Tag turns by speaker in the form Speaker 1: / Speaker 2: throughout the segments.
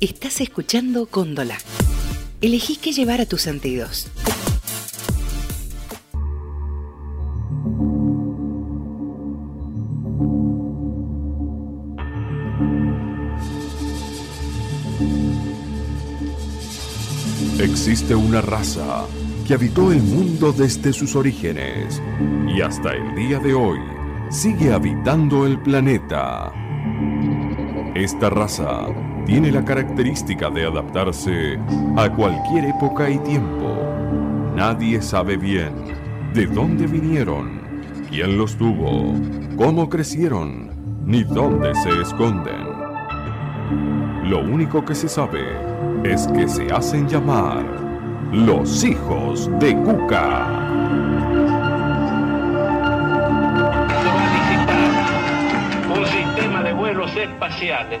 Speaker 1: Estás escuchando Cóndola. Elegí qué llevar a tus sentidos.
Speaker 2: Existe una raza que habitó el mundo desde sus orígenes y hasta el día de hoy sigue habitando el planeta. Esta raza tiene la característica de adaptarse a cualquier época y tiempo. Nadie sabe bien de dónde vinieron, quién los tuvo, cómo crecieron, ni dónde se esconden. Lo único que se sabe es que se hacen llamar los hijos de Cuca.
Speaker 3: se va a licitar un sistema de vuelos espaciales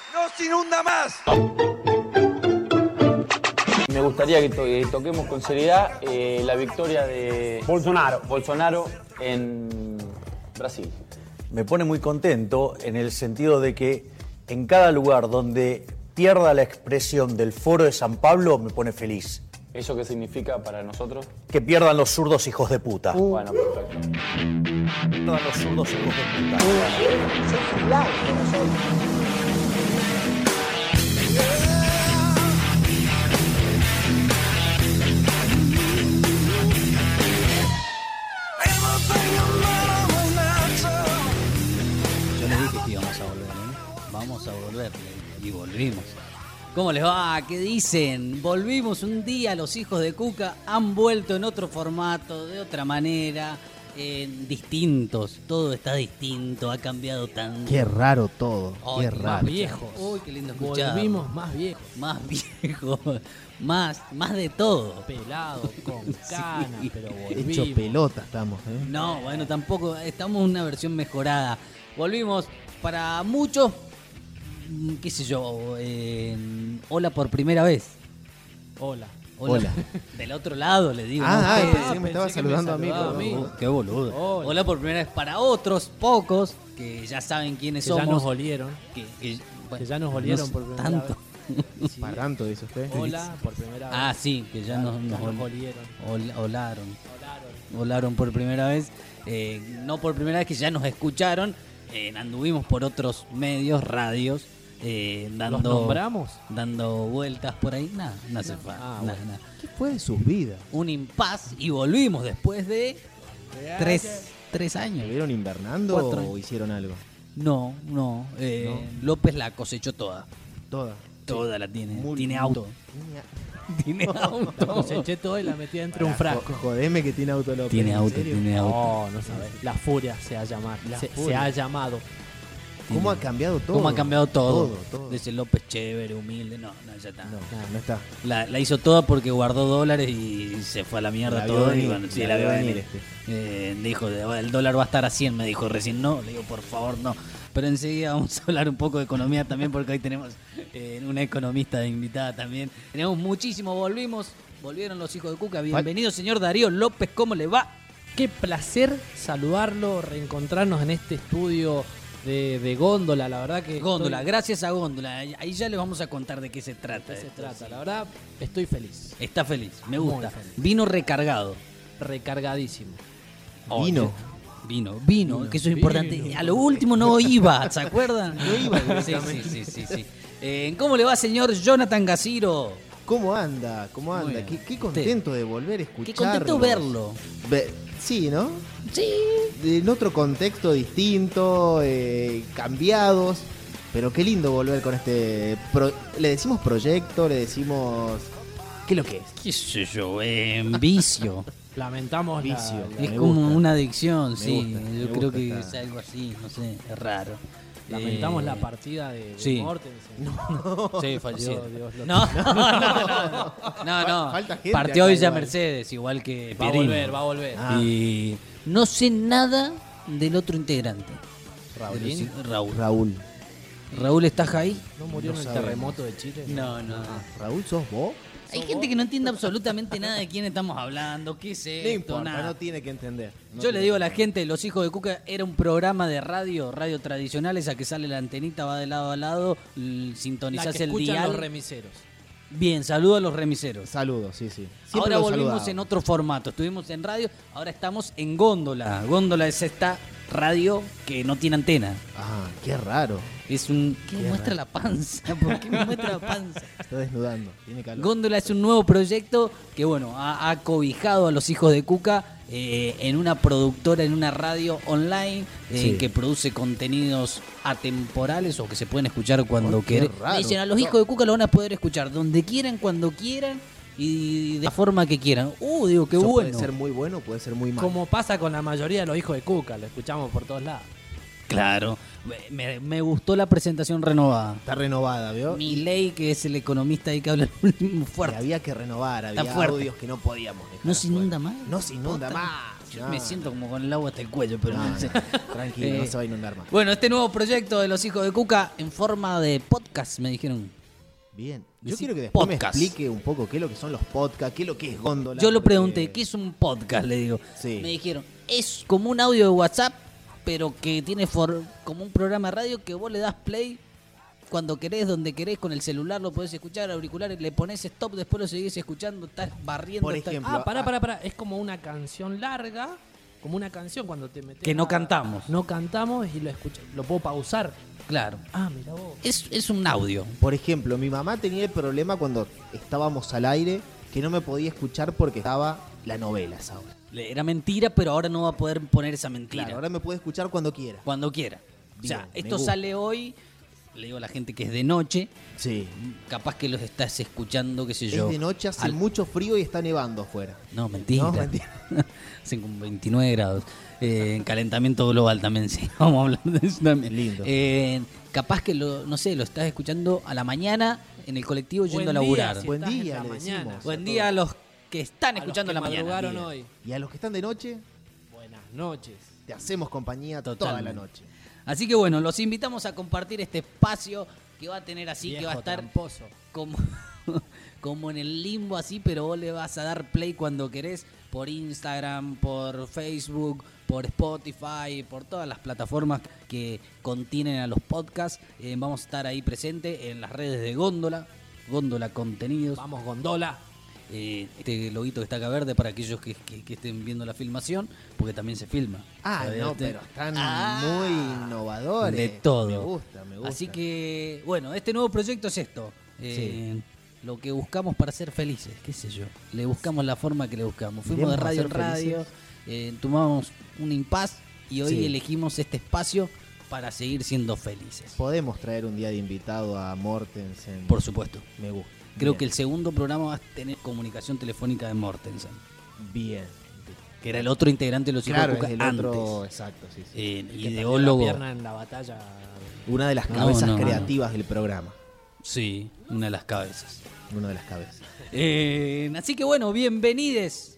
Speaker 4: ¡Nos inunda más!
Speaker 5: Me gustaría que, to- que toquemos con seriedad eh, la victoria de Bolsonaro. Bolsonaro en Brasil.
Speaker 6: me pone muy contento en el sentido de que en cada lugar donde pierda la expresión del foro de San Pablo me pone feliz.
Speaker 5: ¿Eso qué significa para nosotros?
Speaker 6: Que pierdan los zurdos hijos de puta.
Speaker 5: Bueno, perfecto.
Speaker 6: Que pierdan los zurdos hijos de puta.
Speaker 7: Yo les dije que íbamos a volver, ¿eh? Vamos a volver. Y volvimos. ¿Cómo les va? ¿Qué dicen? Volvimos un día, los hijos de Cuca han vuelto en otro formato, de otra manera, en distintos. Todo está distinto, ha cambiado tanto.
Speaker 8: Qué raro todo.
Speaker 7: Ay,
Speaker 8: Qué
Speaker 7: qué
Speaker 8: raro.
Speaker 7: viejos. Uy, qué lindo escuchar.
Speaker 9: Volvimos más viejos,
Speaker 7: Más viejos, más, más de todo.
Speaker 9: pelados, con canas,
Speaker 7: Sí.
Speaker 9: pero
Speaker 8: Hecho
Speaker 9: volvimos.
Speaker 8: pelota estamos, ¿eh?
Speaker 7: No, bueno, tampoco. Estamos en una versión mejorada. Volvimos para muchos, mm, qué sé yo, eh, hola por primera vez.
Speaker 9: Hola.
Speaker 8: Hola.
Speaker 7: Del otro lado le digo.
Speaker 8: Ah,
Speaker 7: ¿no?
Speaker 8: ah, pensé que
Speaker 9: pensé
Speaker 8: me estaba
Speaker 9: que me
Speaker 8: saludando a mí.
Speaker 9: saludaba
Speaker 8: pero-
Speaker 9: a mí.
Speaker 7: Qué boludo. Hola.
Speaker 9: Hola.
Speaker 7: por primera vez para otros, pocos, que ya saben quiénes
Speaker 9: Que ya
Speaker 7: somos.
Speaker 9: nos olieron.
Speaker 7: que, que- bueno,
Speaker 9: que ya nos
Speaker 7: no
Speaker 9: olieron
Speaker 7: sé
Speaker 9: por primera
Speaker 7: tanto.
Speaker 9: vez. Sí.
Speaker 8: Para tanto dice usted.
Speaker 9: Hola, por primera vez.
Speaker 7: Ah, sí, que ya nos, nos
Speaker 9: nos
Speaker 7: ol-
Speaker 9: olieron.
Speaker 7: ol- olaron. volaron por primera vez. eh, no por primera vez que ya nos escucharon. eh, anduvimos por otros medios, radios, eh, dando,
Speaker 9: ¿Los nombramos?
Speaker 7: dando vueltas por ahí. Nada, no hace falta.
Speaker 9: Ah,
Speaker 7: nada,
Speaker 9: bueno.
Speaker 7: nada.
Speaker 8: ¿Qué fue de sus vidas?
Speaker 7: Un impas y volvimos después de tres, tres años.
Speaker 8: ¿Estuvieron invernando
Speaker 7: Cuatro años.
Speaker 8: o hicieron algo?
Speaker 7: No, no. eh, López la cosechó toda.
Speaker 8: Toda.
Speaker 7: Toda la tiene.
Speaker 8: Muy
Speaker 7: tiene
Speaker 8: lindo.
Speaker 7: auto. Tiene auto.
Speaker 9: Coseché todo y la metí dentro de un frasco.
Speaker 8: Jo- Jodeme que tiene auto López.
Speaker 7: tiene
Speaker 8: ¿en
Speaker 7: auto,
Speaker 8: serio?
Speaker 7: tiene auto.
Speaker 9: No, no sabes. La furia se ha llamado.
Speaker 8: La
Speaker 9: Se,
Speaker 8: furia.
Speaker 9: se ha llamado.
Speaker 8: ¿Cómo ha cambiado todo?
Speaker 7: ¿Cómo ha cambiado todo?
Speaker 8: Todo, todo.
Speaker 7: Desde López chévere, humilde, no, no, ya está.
Speaker 8: No, no está.
Speaker 7: La, la hizo toda porque guardó dólares y se fue a la mierda
Speaker 8: La vio
Speaker 7: todo. y
Speaker 8: venir,
Speaker 7: bueno, sí,
Speaker 8: la
Speaker 7: la
Speaker 8: vio
Speaker 7: vio
Speaker 8: venir, este.
Speaker 7: venir. Eh, dijo, el dólar va a estar a 100, me dijo recién, no, le digo, por favor, no. Pero enseguida vamos a hablar un poco de economía también porque hoy tenemos eh, una economista de invitada también. Tenemos muchísimo, volvimos, volvieron los hijos de Cuca. Bienvenido, señor Darío López, ¿cómo le va?
Speaker 9: Qué placer saludarlo, reencontrarnos en este estudio de, de Góndola. La verdad que.
Speaker 7: Góndola,
Speaker 9: estoy-
Speaker 7: gracias a Góndola. Ahí ya les vamos a contar de qué se trata.
Speaker 9: ¿De qué se
Speaker 7: esto,
Speaker 9: trata?
Speaker 7: sí.
Speaker 9: La verdad, estoy feliz.
Speaker 7: Está feliz, me
Speaker 9: Muy
Speaker 7: gusta.
Speaker 9: feliz.
Speaker 7: Vino recargado.
Speaker 9: Recargadísimo.
Speaker 7: Oh,
Speaker 8: Vino.
Speaker 7: Vino, vino, que eso es
Speaker 9: Vino.
Speaker 7: importante. A lo último no iba, ¿se acuerdan? No iba. Sí, sí, sí, sí, sí. Eh, ¿Cómo le va, señor Jonathan Gaciro?
Speaker 8: ¿Cómo anda? ¿Cómo
Speaker 7: Muy
Speaker 8: anda?
Speaker 7: bien.
Speaker 8: Qué, qué contento de volver a
Speaker 7: Qué
Speaker 8: escucharlo.
Speaker 7: contento verlo.
Speaker 8: Ve- sí, ¿no?
Speaker 7: Sí.
Speaker 8: En otro contexto distinto, eh, cambiados. Pero qué lindo volver con este... pro- le decimos proyecto, le decimos... ¿Qué es lo que es?
Speaker 7: ¿Qué sé yo? eh, vicio.
Speaker 9: Lamentamos la-
Speaker 8: Vicio.
Speaker 9: la-
Speaker 7: es
Speaker 8: Me
Speaker 7: como
Speaker 8: gusta.
Speaker 7: una adicción, sí.
Speaker 8: gusta, me
Speaker 7: Yo creo
Speaker 8: gusta
Speaker 7: que
Speaker 8: esta-
Speaker 7: es algo así, no sé, es raro.
Speaker 9: Lamentamos
Speaker 7: Eh,
Speaker 9: la partida de, de
Speaker 7: sí.
Speaker 9: Mortensen.
Speaker 7: Sí, falleció.
Speaker 9: Dios, Dios lo-
Speaker 7: no, no, no, no, no, no.
Speaker 8: Falta gente
Speaker 7: Partió
Speaker 8: acá
Speaker 7: Villa
Speaker 8: igual.
Speaker 7: Mercedes, igual que Ah.
Speaker 9: Va a
Speaker 7: Pierini.
Speaker 9: volver, va a volver.
Speaker 7: Y no sé nada del otro integrante.
Speaker 9: Raulín.
Speaker 7: De los- Raúl.
Speaker 8: Raúl.
Speaker 7: Raúl, ¿estás ahí?
Speaker 9: ¿No murió
Speaker 8: No
Speaker 9: en el
Speaker 8: sabemos.
Speaker 9: terremoto de Chile?
Speaker 7: No, no.
Speaker 8: ¿Raúl sos vos?
Speaker 7: Hay gente que no entiende absolutamente nada de quién estamos hablando, qué es Eh, esto,
Speaker 8: No importa,
Speaker 7: nada.
Speaker 8: no tiene que entender. No
Speaker 7: Yo le
Speaker 8: tiene-
Speaker 7: digo a la gente, Los Hijos de Cuca era un programa de radio, radio tradicional, esa que sale la antenita, va de lado a lado, l-
Speaker 9: La
Speaker 7: sintonizás
Speaker 9: que
Speaker 7: el
Speaker 9: escuchan
Speaker 7: dial.
Speaker 9: los remiseros.
Speaker 7: Bien, saludo a los remiseros.
Speaker 8: Saludos, sí, sí.
Speaker 7: ahora
Speaker 8: los
Speaker 7: volvimos
Speaker 8: saludamos.
Speaker 7: en otro formato, estuvimos en radio, ahora estamos en Góndola. Góndola es esta radio que no tiene antena.
Speaker 8: Ah, qué raro.
Speaker 7: Es un... ¿Qué me muestra la panza? ¿Por qué me muestra la panza?
Speaker 8: Está desnudando. Tiene calor.
Speaker 7: Góndola es un nuevo proyecto que, bueno, ha, ha cobijado a los hijos de Cuca eh, en una productora, en una radio online eh,
Speaker 8: Sí.
Speaker 7: que produce contenidos atemporales o que se pueden escuchar cuando
Speaker 8: Ay, qué
Speaker 7: quieran.
Speaker 8: raro.
Speaker 7: Dicen a los hijos de Cuca lo van a poder escuchar donde quieran, cuando quieran y de la forma que quieran. Uh, digo, qué
Speaker 8: Eso
Speaker 7: bueno.
Speaker 8: Puede ser muy bueno, puede ser muy malo.
Speaker 9: Como pasa con la mayoría de los hijos de Cuca, lo escuchamos por todos lados.
Speaker 7: Claro. Me, me gustó la presentación renovada.
Speaker 8: Está renovada, ¿vio?
Speaker 7: Milei, que es el economista ahí que habla el último
Speaker 8: Y
Speaker 7: fuerte.
Speaker 8: había que renovar,
Speaker 7: Está
Speaker 8: había
Speaker 7: fuerte.
Speaker 8: audios que no podíamos dejar
Speaker 7: ¿No se
Speaker 8: afuera.
Speaker 7: inunda más?
Speaker 8: No se inunda
Speaker 7: Puta,
Speaker 8: más.
Speaker 7: Yo
Speaker 8: no.
Speaker 7: me siento como con el agua hasta el cuello, pero
Speaker 8: No,
Speaker 7: no,
Speaker 8: no,
Speaker 7: sé.
Speaker 8: tranquilo,
Speaker 7: Eh,
Speaker 8: no se va a inundar más.
Speaker 7: Bueno, este nuevo proyecto de los hijos de Cuca en forma de podcast, me dijeron.
Speaker 8: Bien. Yo
Speaker 7: Decí
Speaker 8: quiero que después
Speaker 7: podcast.
Speaker 8: me explique un poco qué es lo que son los podcasts, qué es lo que es góndola.
Speaker 7: Yo lo
Speaker 8: porque-
Speaker 7: pregunté, ¿qué es un podcast? Le digo.
Speaker 8: Sí.
Speaker 7: Me dijeron, es como un audio de WhatsApp, pero que tiene for- como un programa de radio que vos le das play cuando querés, donde querés, con el celular lo podés escuchar, auriculares, le pones stop, después lo seguís escuchando, estás barriendo.
Speaker 8: Por
Speaker 7: estás-
Speaker 8: ejemplo,
Speaker 9: Ah, pará, pará, pará. Es como una canción larga, como una canción cuando te metes.
Speaker 7: Que no
Speaker 9: a-
Speaker 7: cantamos.
Speaker 9: No cantamos y lo escucho, lo puedo pausar.
Speaker 7: Claro.
Speaker 9: Ah, mira vos.
Speaker 7: Es, es un audio.
Speaker 8: Por ejemplo, mi mamá tenía el problema cuando estábamos al aire que no me podía escuchar porque estaba la novela esa hora.
Speaker 7: Era mentira, pero ahora no va a poder poner esa mentira.
Speaker 8: Claro, ahora me puede escuchar cuando quiera.
Speaker 7: Cuando quiera. o sea,
Speaker 8: Bien, me
Speaker 7: esto
Speaker 8: gusta.
Speaker 7: sale hoy, le digo a la gente que es de noche,
Speaker 8: Sí.
Speaker 7: capaz que los estás escuchando, qué sé yo.
Speaker 8: es de noche, hace
Speaker 7: al-
Speaker 8: mucho frío y está nevando afuera.
Speaker 7: No, mentira.
Speaker 8: No, mentira.
Speaker 7: Hacen como 29 grados. Eh, en calentamiento global también, sí. Vamos a hablar de eso también.
Speaker 8: Lindo.
Speaker 7: Eh, capaz que, lo, no sé, lo estás escuchando a la mañana en el colectivo
Speaker 9: Buen
Speaker 7: yendo a
Speaker 9: día,
Speaker 7: laburar.
Speaker 9: si
Speaker 8: Buen
Speaker 9: estás en
Speaker 8: día,
Speaker 9: la
Speaker 8: le
Speaker 9: mañana.
Speaker 8: decimos.
Speaker 7: Buen
Speaker 8: a
Speaker 7: día a los que están escuchando
Speaker 9: a
Speaker 7: la
Speaker 9: los que
Speaker 7: mañana.
Speaker 9: madrugaron
Speaker 8: Bien.
Speaker 9: hoy.
Speaker 8: Y a los que están de noche,
Speaker 9: Buenas noches.
Speaker 8: te hacemos compañía toda la
Speaker 7: Totalmente.
Speaker 8: noche.
Speaker 7: Así que bueno, los invitamos a compartir este espacio que va a tener así, que va a
Speaker 9: Viejo
Speaker 7: estar
Speaker 9: tramposo.
Speaker 7: como, como en el limbo así, pero vos le vas a dar play cuando querés por Instagram, por Facebook, por Spotify, por todas las plataformas que contienen a los podcasts. Eh, vamos a estar ahí presente en las redes de Góndola, Góndola Contenidos.
Speaker 9: Vamos, gondola.
Speaker 7: Eh, este loguito que está acá verde para aquellos que, que- que estén viendo la filmación, porque también se filma.
Speaker 8: Ah,
Speaker 7: Todavía
Speaker 8: no,
Speaker 7: está-
Speaker 8: pero están
Speaker 7: Ah.
Speaker 8: muy innovadores.
Speaker 7: De todo.
Speaker 8: Me gusta, me gusta.
Speaker 7: Así que, bueno, este nuevo proyecto es esto. Eh, Lo que buscamos para ser felices, qué sé yo. Le buscamos la forma que le buscamos. Fuimos de
Speaker 8: Iremos a
Speaker 7: radio en
Speaker 8: ser felices.
Speaker 7: radio, eh, tomamos un impas y hoy
Speaker 8: Sí.
Speaker 7: elegimos este espacio para seguir siendo felices.
Speaker 8: Podemos traer un día de invitado a Mortensen.
Speaker 7: Por supuesto.
Speaker 8: Me gusta.
Speaker 7: Creo
Speaker 8: Bien.
Speaker 7: que el segundo programa va a tener comunicación telefónica de Mortensen,
Speaker 8: Bien.
Speaker 7: que era el otro integrante de los
Speaker 8: Eh, Claro,
Speaker 7: Hijos
Speaker 8: es
Speaker 7: de
Speaker 8: el
Speaker 7: Cuca
Speaker 8: otro. este,
Speaker 7: antes.
Speaker 8: Exacto, sí, sí.
Speaker 7: Eh,
Speaker 9: El que
Speaker 7: ideólogo.
Speaker 9: perdió la pierna en la batalla.
Speaker 8: Una de las
Speaker 7: Eh, No,
Speaker 8: cabezas
Speaker 7: no, no.
Speaker 8: creativas del programa.
Speaker 7: Sí, una de las cabezas.
Speaker 8: Una de las cabezas.
Speaker 7: Eh, así que bueno, bienvenides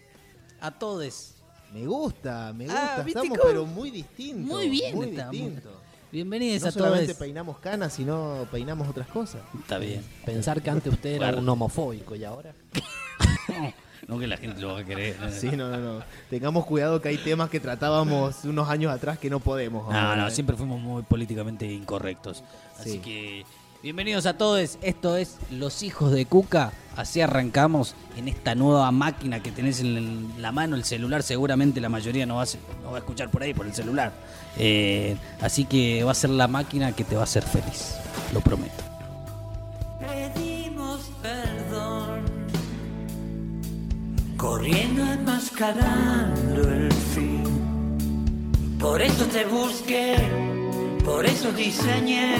Speaker 7: a todos.
Speaker 8: Me gusta, me
Speaker 7: Ah,
Speaker 8: gusta.
Speaker 7: ¿viste
Speaker 8: estamos
Speaker 7: cómo?
Speaker 8: pero muy distintos.
Speaker 7: Muy bien
Speaker 8: Muy
Speaker 7: estamos.
Speaker 8: distintos.
Speaker 7: Bienvenidos
Speaker 8: No
Speaker 7: a todos.
Speaker 8: solamente peinamos canas, sino peinamos otras cosas.
Speaker 7: Está bien.
Speaker 9: Pensar que antes usted era un homofóbico y ahora.
Speaker 7: No que la gente lo va a querer.
Speaker 8: Sí, no, no, no. Tengamos cuidado que hay temas que tratábamos unos años atrás que no podemos.
Speaker 7: No,
Speaker 8: ahora,
Speaker 7: no,
Speaker 8: ¿eh?
Speaker 7: siempre fuimos muy políticamente incorrectos. Así
Speaker 8: Sí.
Speaker 7: que bienvenidos a todos. Esto es Los Hijos de Cuca. Así arrancamos en esta nueva máquina que tenés en la mano, el celular. Seguramente la mayoría no va a, se- no va a escuchar por ahí, por el celular. Eh, así que va a ser la máquina que te va a hacer feliz. Lo prometo.
Speaker 10: Pedimos perdón, corriendo enmascarando el fin. Por eso te busqué, por eso diseñé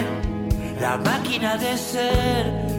Speaker 10: la máquina de ser